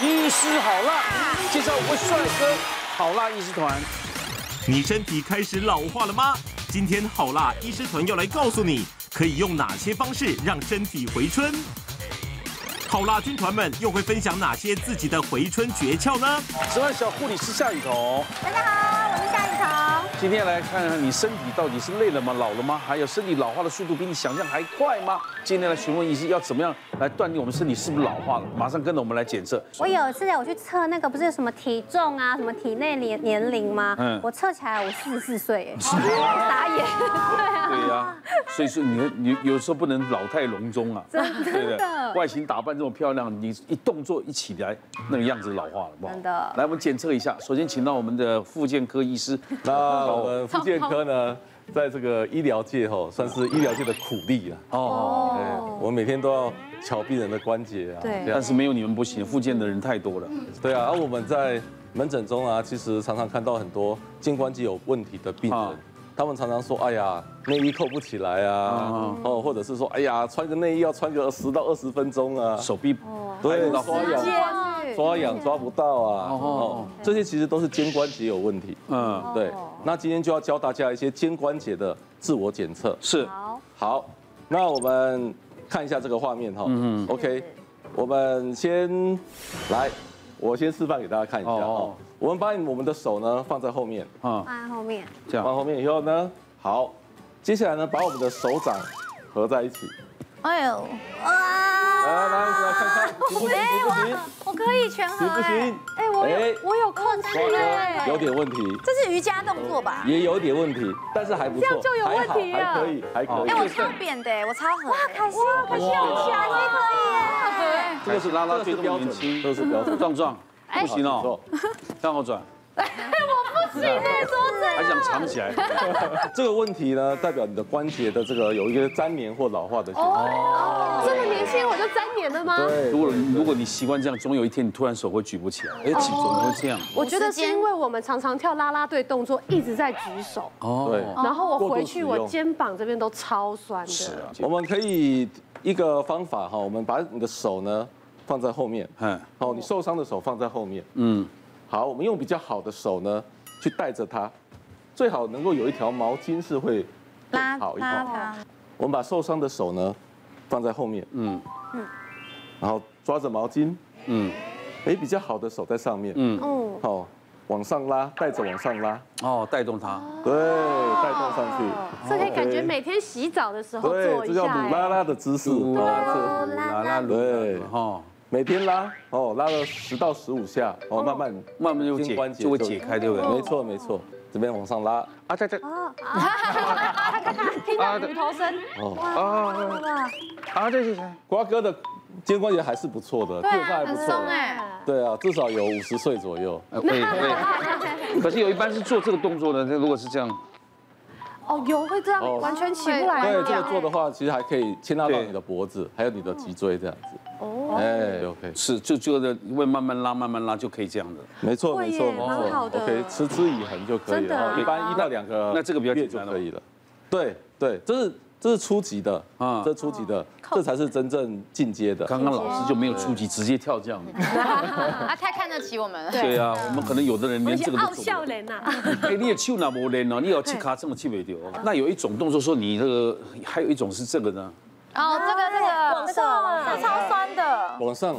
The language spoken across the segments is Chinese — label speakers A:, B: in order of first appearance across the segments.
A: 医师好辣，介绍五位帅哥好辣医师团。
B: 你身体开始老化了吗？今天好辣医师团要来告诉你，可以用哪些方式让身体回春。好辣军团们又会分享哪些自己的回春诀窍呢？
A: 十万小护理师夏雨桐，
C: 大家好，我是夏雨桐。
A: 今天来看看你身体到底是累了吗、老了吗？还有身体老化的速度比你想象还快吗？今天来询问医师要怎么样来断定我们身体是不是老化了，马上跟着我们来检测。
C: 我有一次我去测那个不是有什么体重啊，什么体内年年龄吗？
A: 嗯
C: 我测起来我四十四 岁，哎，傻眼，对啊，
A: 对呀、所以说你你有时候不能老态龙钟啊，
C: 真的
A: 对不对？外形打扮这么漂亮，你一动作一起来，那个样子老化了，不好。
C: 真的
A: 来，我们检测一下。首先，请到我们的复健科医师。
D: 那我们复健科呢，在这个医疗界吼，算是医疗界的苦力啊。
A: 哦，
D: 哎，我们每天都要瞧病人的关节啊。
C: 对
D: 这样
A: 但是没有你们不行，复健的人太多了。
D: 对啊，而我们在门诊中啊，其实常常看到很多肩关节有问题的病
A: 啊
D: 人，他们常常说，哎呀，内衣扣不起来啊，哦，或者是说，哎呀，穿个内衣要穿个十到二十分钟啊，
A: 手臂
D: 对，
A: 老
D: 抓痒抓痒抓不到啊，
A: 哦
D: 哦，这些其实都是肩关节有问题。
A: 嗯
D: 对，那今天就要教大家一些肩关节的自我检测。
A: 是
C: 好，
D: 好，那我们看一下这个画面哈。嗯 OK，我们先来，我先示范给大家看一下
A: 哦
D: 哦。我们把我们的手呢放在后面，
A: 啊，
C: 放在后面，
A: 这
D: 放
A: 样
D: 后面以后呢，好，接下来呢把我们的手掌合在一起。
C: 哎呦，啊，
D: 来来来，看看行不行？行不行？
C: 哎我可以全合，
D: 行不行？
E: 哎，我
D: 哎
E: 有我有控制
D: 哇
E: 哎，
D: 有点问题，
E: 这是瑜伽动作吧？
D: 也有点问题，但是还不错，
E: 这样就有
D: 还好
E: 问题啊
D: 还可以，还可以
E: 哎，。我超扁的哎，我超狠哇，开心，可是好强啊！
A: 这个是拉拉
D: 这
A: 最动
D: 个是标
A: 年
D: 准
A: 轻，
D: 这个是标准
A: 壮壮不行
D: 不
A: 哦
D: 错，
A: 让我转，
E: 这个耶，体内都在。
A: 还想藏起来。
D: 哎这个问题呢，代表你的关节的这个有一个粘连或老化的
E: 哦
D: 现象。
F: 这么年轻我就粘黏了吗？
D: 对
A: 如果如果你习惯这样，总有一天你突然手会举不起
D: 哦
A: 来，哎，怎么会这样？
F: 我觉得是因为我们常常跳啦啦队动作一直在举手，
D: 对，
F: 然后我回去
D: 过度使用啊
F: 我肩膀这边都超酸的。
D: 我们可以一个方法哈，我们把你的手呢放在后面，
A: 嗯
D: 嗯，哦，你受伤的手放在后面，嗯，好，我们用比较好的手呢去带着它，最好能够有一条毛巾是会
E: 拉
D: 好一
E: 拉
D: 点。
E: 它，
D: 我们把受伤的手呢放在后面，嗯然后抓着毛巾，
A: 嗯，
D: 哎，比较好的手在上面，嗯，
F: 嗯，
D: 好，往上拉，带着往上拉，
A: 哦，带动它。
D: 对，带动上去，
F: 这可以感觉
D: OK
F: 每天洗澡的时候做
D: 哦对，
F: 一
D: 这叫
F: 下
D: 鲁 拉
F: 哎。
D: 拉的姿势，
A: 鲁拉拉
D: 哦
E: 哦拉拉，
D: 对
A: 哦，
D: 每天拉哦，拉了十到十五下哦，慢慢
A: 慢慢就
D: 肩
A: 解
D: 关节
A: 就会解开，对不对？
D: 没错没错，这边往上拉啊，这这
E: 听
D: 啊
E: 到鱼头声，啊
D: 哦，
E: 哇哇，
A: 啊
D: 瓜哥的肩关节还是不错的，
E: 对
D: 变化
E: 啊，
D: 还不
E: 很
D: 错
E: 松，哎，
D: 对啊，至少有五十岁左右。
A: 呃可以 可以。可是有一般是做这个动作的，那如果是这样，
F: 哦，有会这样
D: 哦
F: 完全起不来
D: 对，
F: 吗
D: 这个做的话，其实还可以牵拉到
A: 对
D: 你的脖子，还有你的脊椎这样子。哦，哎，OK，
A: 是就就的会慢慢拉，慢慢拉就可以这样的。
D: 没错
F: 会
D: 没
F: 耶
D: 错没
F: 蛮好
D: 错
F: 的
D: ，OK，持之以恒就可以
F: 真的
D: 了，
F: 啊
D: 哦一般一到两个
A: 那这个比较
D: 月
A: 简
D: 就
A: 单了
D: 可以了。对对，这是这是初级的
A: 啊
D: 啊，这初级的，这才是真正进阶的。
A: 刚刚老师就没有触及，直接跳这样的。
G: 他啊太看得起我们了。
A: 对啊，我们可能有的人连这个都
F: 傲
A: 做
F: 笑
A: 不了。
F: 脸呐，
A: 哎，你也手拿磨练哦，你有气卡这么气没丢。那有一种动作说你这个，还有一种是这个呢，
G: 哦，这个这
E: 往
G: 个
E: 上，这超酸的，
D: 往上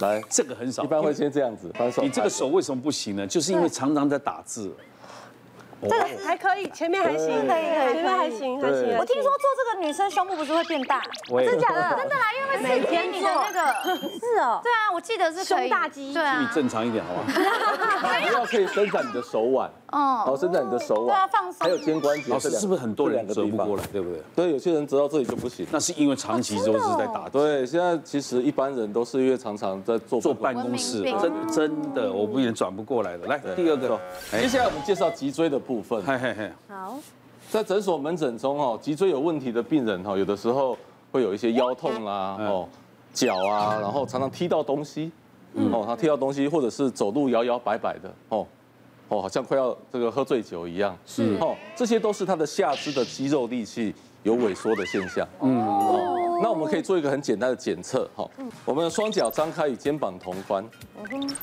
D: 来，
A: 这个很少。
D: 一般会先这样子，反手。
A: 你这个手为什么不行呢？就是因为常常在打字。
F: 还可以，前面还行，
E: 可以可以
F: 前面还行，还
D: 对
F: 行。
E: 我听说做这个女生胸部不是会变大，
A: 喂，
E: 真假的？真的啦，因为每天你的那个， 是哦，
G: 对啊，我记得是可以
F: 胸大肌
G: 对
A: 你
G: 啊，
A: 正常一点好不好？
D: 主要可以伸展你的手腕，哦，伸展你的手
E: 对啊
D: 腕，
E: 放松
D: 还有肩关节。
A: 老师
D: 这两
A: 是不是很多人
D: 这
A: 折不
D: 两个地方
A: 过来，对不对？
D: 对，有些人折到这里就不行。
A: 那是因为长期都是在打字。
D: 对，现在其实一般人都是因为常常在做
A: 坐办公室，
G: 文明病
A: 真真的，我不也转不过来了。来第二个，哎
D: 接下来我们介绍脊椎的部分。
A: 嘿嘿嘿，
D: 在诊所门诊中哦，脊椎有问题的病人哦，有的时候会有一些腰痛啦，哦，脚啊，然后常常踢到东西，哦，他踢到东西，或者是走路摇摇摆摆的，哦，哦，好像快要这个喝醉酒一样，是哦，这些都是他的下肢的肌肉力气有萎缩的现象，嗯，那我们可以做一个很简单的检测哈，我们的双脚张开与肩膀同宽，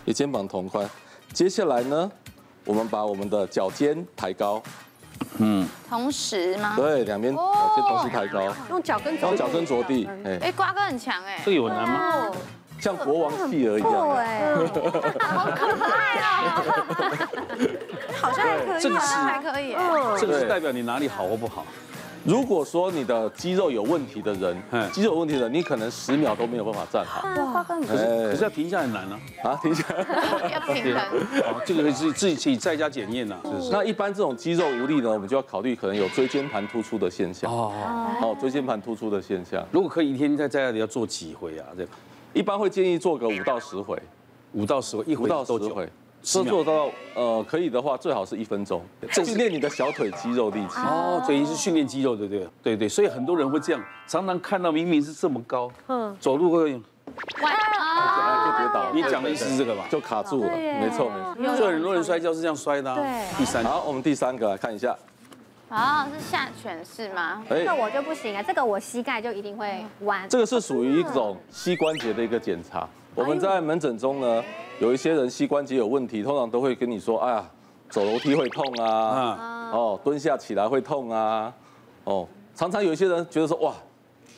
D: 与肩膀同宽。接下来呢，我们把我们的脚尖抬高，
G: 同时吗？
D: 对，两边脚尖同时抬高，
F: 用脚跟
D: 然后脚跟着地，哎，
G: 哎，瓜哥很强哎，
A: 这个有难吗？
D: 像国王企鹅一
C: 不
D: 样。
C: 哎，
G: 哦好像还可
A: 正
G: 好
A: 是
G: 像还可以哎。
A: 这个是
D: 哦对
A: 代表你哪里好或不好。
D: 如果说你的肌肉有问题的人，
A: 嗯
D: 肌肉有问题的人，你可能十秒都没有办法站好。
C: 哇，根
A: 可是可是
D: 哎，
A: 要停下很难啊。
D: 啊，停一下。
G: 要平衡。
A: 哦，这个可以自己自己自己在家检验啊呐。
D: 那一般这种肌肉无力呢，我们就要考虑可能有椎间盘突出的现象。
A: 哦，
D: 哦，椎间盘突出的现象，
A: 如果可以，一天在家里要做几回啊？这个
D: 一般会建议做个五到十回，
A: 五到十回，一
D: 五
A: 回
D: 到十
A: 多久？
D: 回。
A: 十
D: 这
A: 秒
D: 做到呃可以的话，最好是一分钟，
A: 这是
D: 训练你的小腿肌肉力气。
A: 哦，所以是训练肌肉，对不对？对对，所以很多人会这样，常常看到明明是这么高，嗯，走路会，
D: 哎，就跌倒。
A: 你讲的意思是这个吧？
D: 就卡住了，没错没错。
A: 所以很多人摔跤是这样摔的、啊。
C: 对
A: 第三，
D: 好，我们第三个来看一下，
G: 啊，是下犬式吗？
D: 哎
C: 这个我就不行啊，这个我膝盖就一定会弯。
D: 这个是属于一种膝关节的一个检查。我们在门诊中呢，有一些人膝关节有问题，通常都会跟你说，哎呀，走楼梯会痛啊，
A: 啊，
D: 哦，蹲下起来会痛啊，哦，常常有一些人觉得说，哇，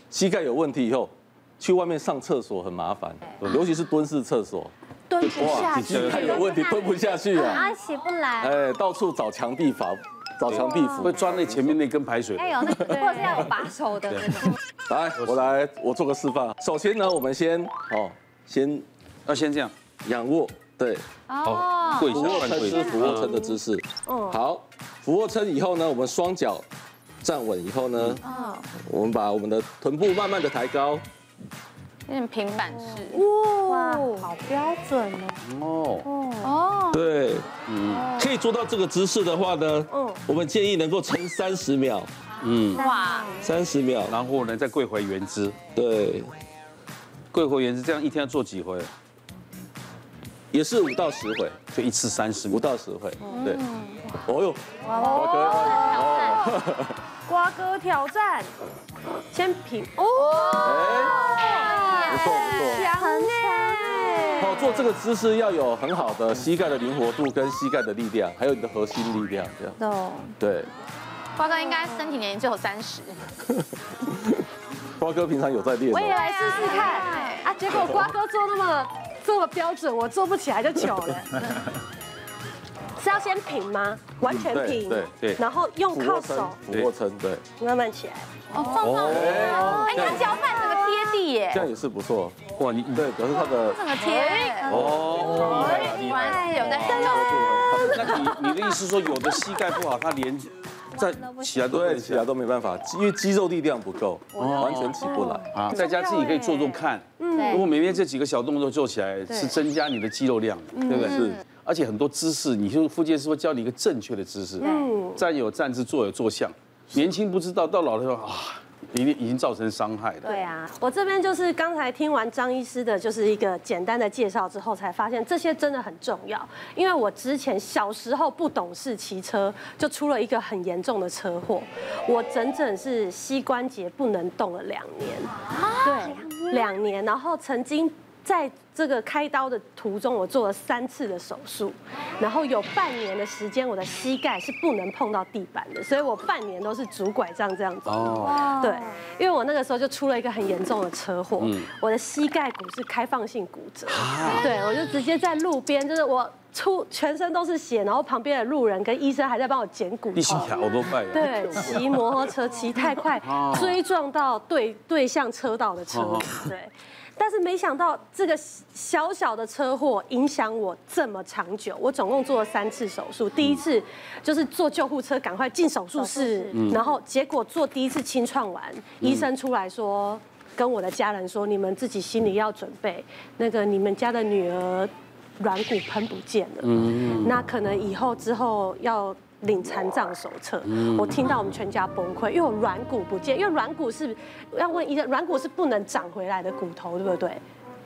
D: 膝盖有问题以后，去外面上厕所很麻烦，尤其是蹲式厕所，
F: 蹲不下
A: 你
F: 去，
A: 这
D: 膝盖有问题蹲不下 去啊，
C: 啊，起不来。
D: 哎，到处找墙壁法，找墙壁
A: 会
D: 扶。
A: 抓那前面那根排水
C: 哎有那个，或者是要有把手的那种。
D: 来，我来，我做个示范。首先呢，我们先哦，先
A: 要先这样，
D: 仰卧，对，
A: 哦，跪
D: 俯
A: 下，
D: 卧
A: 半
D: 撑
A: 跪
D: 是
A: 下，
D: 俯卧撑的姿势。好，俯卧撑以后呢，我们双脚站稳以后呢，我们把我们的臀部慢慢的抬高，
G: 有点平板式。
F: 哇，
C: 好标准哦。
A: 哦，
H: 对，可以做到这个姿势的话呢，我们建议能够撑三十秒，
G: 哇，
H: 三十秒，
A: 然后呢再跪回原姿，
H: 对，
A: 跪回原姿，这样一天要做几回？
D: 也是五到十回，
A: 就一次三十
D: 五
A: 秒。
D: 到十回，对。哦哟，我可以，哦，
F: 瓜哥挑战，先平哦，
D: 哎，不错不错。
G: 啊
F: 强呢，
D: 好，哦做这个姿势要有很好的膝盖的灵活度跟膝盖的力量，还有你的核心力量，这样。
C: 懂。
D: 对，
G: 瓜哥应该身体年龄只有三十。
D: 瓜哥平常有在练
F: 我也
D: 哦，
F: 来试试看啊！结果瓜哥做那么这么标准，我做不起来就糗了。是要先平吗？完
D: 嗯
F: 全
D: 对
F: 平，
D: 对
A: 对
F: 然后用
D: 俯
F: 靠
D: 卧撑
F: 手，
D: 俯卧撑，对，
F: 慢慢起来。
G: 哎，他脚板整个贴地
D: 这
G: 耶，
D: 样也是不错。
A: 哇，你
D: 对，表示他的
G: 整个贴。
A: 哦，厉害厉
G: 果
A: 害。
G: 然是有在运动。
A: 那你你的意思说，有的膝盖不好，他连站起来都
D: 对，
A: 对
D: 起来都没办法，
F: 哦
D: 因为肌肉力量不够，完全起不来。
A: 啊，在家自己可以做做看。
C: 嗯
A: 如果每天这几个小动作做起来，是增加你的肌肉量的，
D: 嗯
A: 对
F: 嗯
A: 不对？
D: 是。
A: 而且很多姿势，你就附健师会教你一个正确的姿势，
C: 嗯
G: 嗯
A: 站有站姿，坐有坐相。年轻不知道，到老了以后啊，已经已经造成伤害了。
C: 对啊，
F: 我这边就是刚才听完张医师的，就是一个简单的介绍之后，才发现这些真的很重要。因为我之前小时候不懂事骑车，就出了一个很严重的车祸，我整整是膝关节不能动了两年，对，两年，然后曾经。在这个开刀的途中，我做了三次的手术，然后有半年的时间，我的膝盖是不能碰到地板的，所以我半年都是拄拐杖这样子。
A: 哦，
F: 对，因为我那个时候就出了一个很严重的车祸，我的膝盖骨是开放性骨折，对我就直接在路边，就是我出全身都是血，然后旁边的路人跟医生还在帮我剪骨
A: 你心
F: 头。
A: 跳多快呀！
F: 对，骑摩托车骑太快，追撞到对对向车道的车
A: 哦，
F: 对。但是没想到这个小小的车祸影响我这么长久，我总共做了三次手术。第一次就是坐救护车赶快进手术室，
A: 嗯
F: 然后结果做第一次清创完，医生出来说跟我的家人说，你们自己心里要准备，那个你们家的女儿软骨喷不见了，那可能以后之后要领残障手册。我听到我们全家崩溃，因为我软骨不见，因为软骨是要问医生，软骨是不能长回来的骨头，对不对？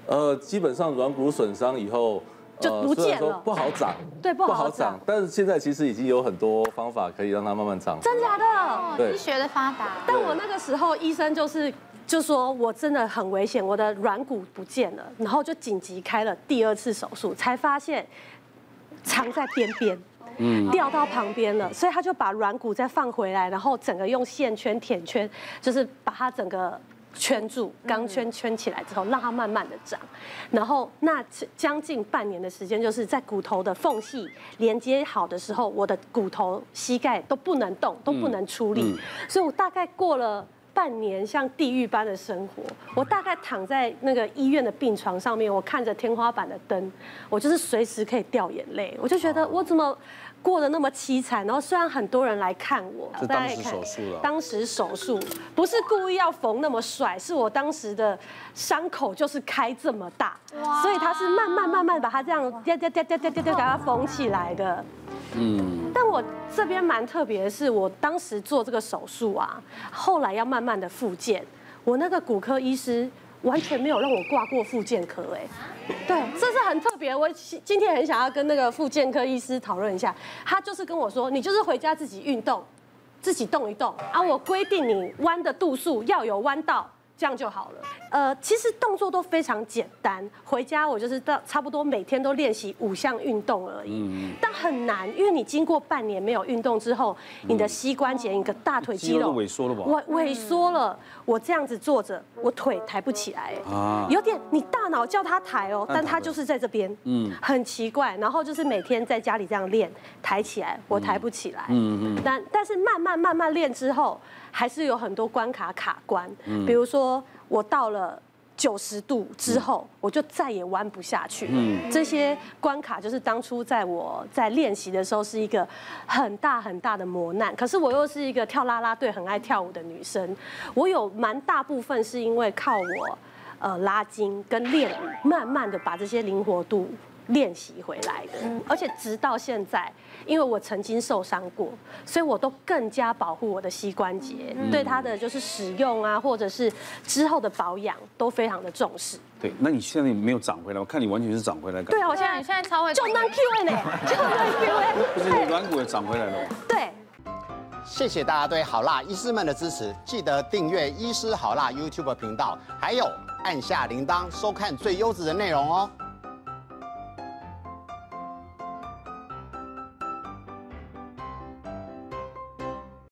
D: 呃，基本上软骨损伤以后。
F: 就
D: 呃
F: 不
D: 虽然
F: 见了
D: 说不好长，
F: 对不好长
D: 但是现在其实已经有很多方法可以让它慢慢长。
F: 真假的？
G: 哦，医学的发达。
F: 但我那个时候医生就是就说我真的很危险，我的软骨不见了，然后就紧急开了第二次手术，才发现藏在边边。掉到旁边了，所以他就把软骨再放回来，然后整个用线圈、铁圈，就是把它整个圈住，钢圈圈起来之后，让它慢慢的长。然后那将近半年的时间，就是在骨头的缝隙连接好的时候，我的骨头、膝盖都不能动，都不能出力，所以我大概过了。半年像地狱般的生活，我大概躺在那个医院的病床上面，我看着天花板的灯，我就是随时可以掉眼泪，我就觉得我怎么过得那么凄惨。然后虽然很多人来看我，
A: 这
F: 大家也
A: 当时
F: 看
A: 手术了
F: 当时手术不是故意要缝那么帅，是我当时的伤口就是开这么大，所以他是慢慢慢慢把它这样掉掉掉掉掉掉掉把它缝起来的。但我这边蛮特别的是，我当时做这个手术啊，后来要慢慢的复健，我那个骨科医师完全没有让我挂过复健科，哎，对，这是很特别。我今今天很想要跟那个复健科医师讨论一下，他就是跟我说，你就是回家自己运动，自己动一动啊，我规定你弯的度数要有弯到。这样就好了。呃，其实动作都非常简单，回家我就是到差不多每天都练习五项运动而已，
A: 嗯
F: 但很难，因为你经过半年没有运动之后，你的膝关节、你的大腿
A: 嗯
F: 肌
A: 肌肉
F: 肉
A: 都萎缩了吧
F: 我萎缩了，我这样子坐着，我腿抬不起来，
A: 啊
F: 哎，有点你大脑叫他抬哦，
A: 但
F: 但
A: 抬
F: 他
A: 不
F: 就是在这边，嗯，很奇怪。然后就是每天在家里这样练，抬起来，我抬不起来，嗯嗯。但但是慢慢慢慢练之后，还是有很多关卡卡关，比如说我到了。九十度之后，我就再也弯不下去。嗯，这些关卡就是当初在我在练习的时候是一个很大很大的磨难。可是我又是一个跳啦啦队很爱跳舞的女生，我有蛮大部分是因为靠我呃拉筋跟练舞，慢慢的把这些灵活度。练习回来的，而且直到现在，因为我曾经受伤过，所以我都更加保护我的膝关节，对它的就是使用啊，或者是之后的保养都非常的重视。
A: 对，那你现在没有长回来，我看你完全是长回来的感
F: 对
A: 觉。
F: 啊，我
G: 我
F: 现
G: 现在
F: 在
G: 你现在超会
F: 就当 Q 呢，就当 Q
A: 不是你软骨也长回来了吗？
F: 对。
I: 谢谢大家对好辣医师们的支持，记得订阅医师好辣 YouTube 频道，还有按下铃铛收看最优质的内容哦。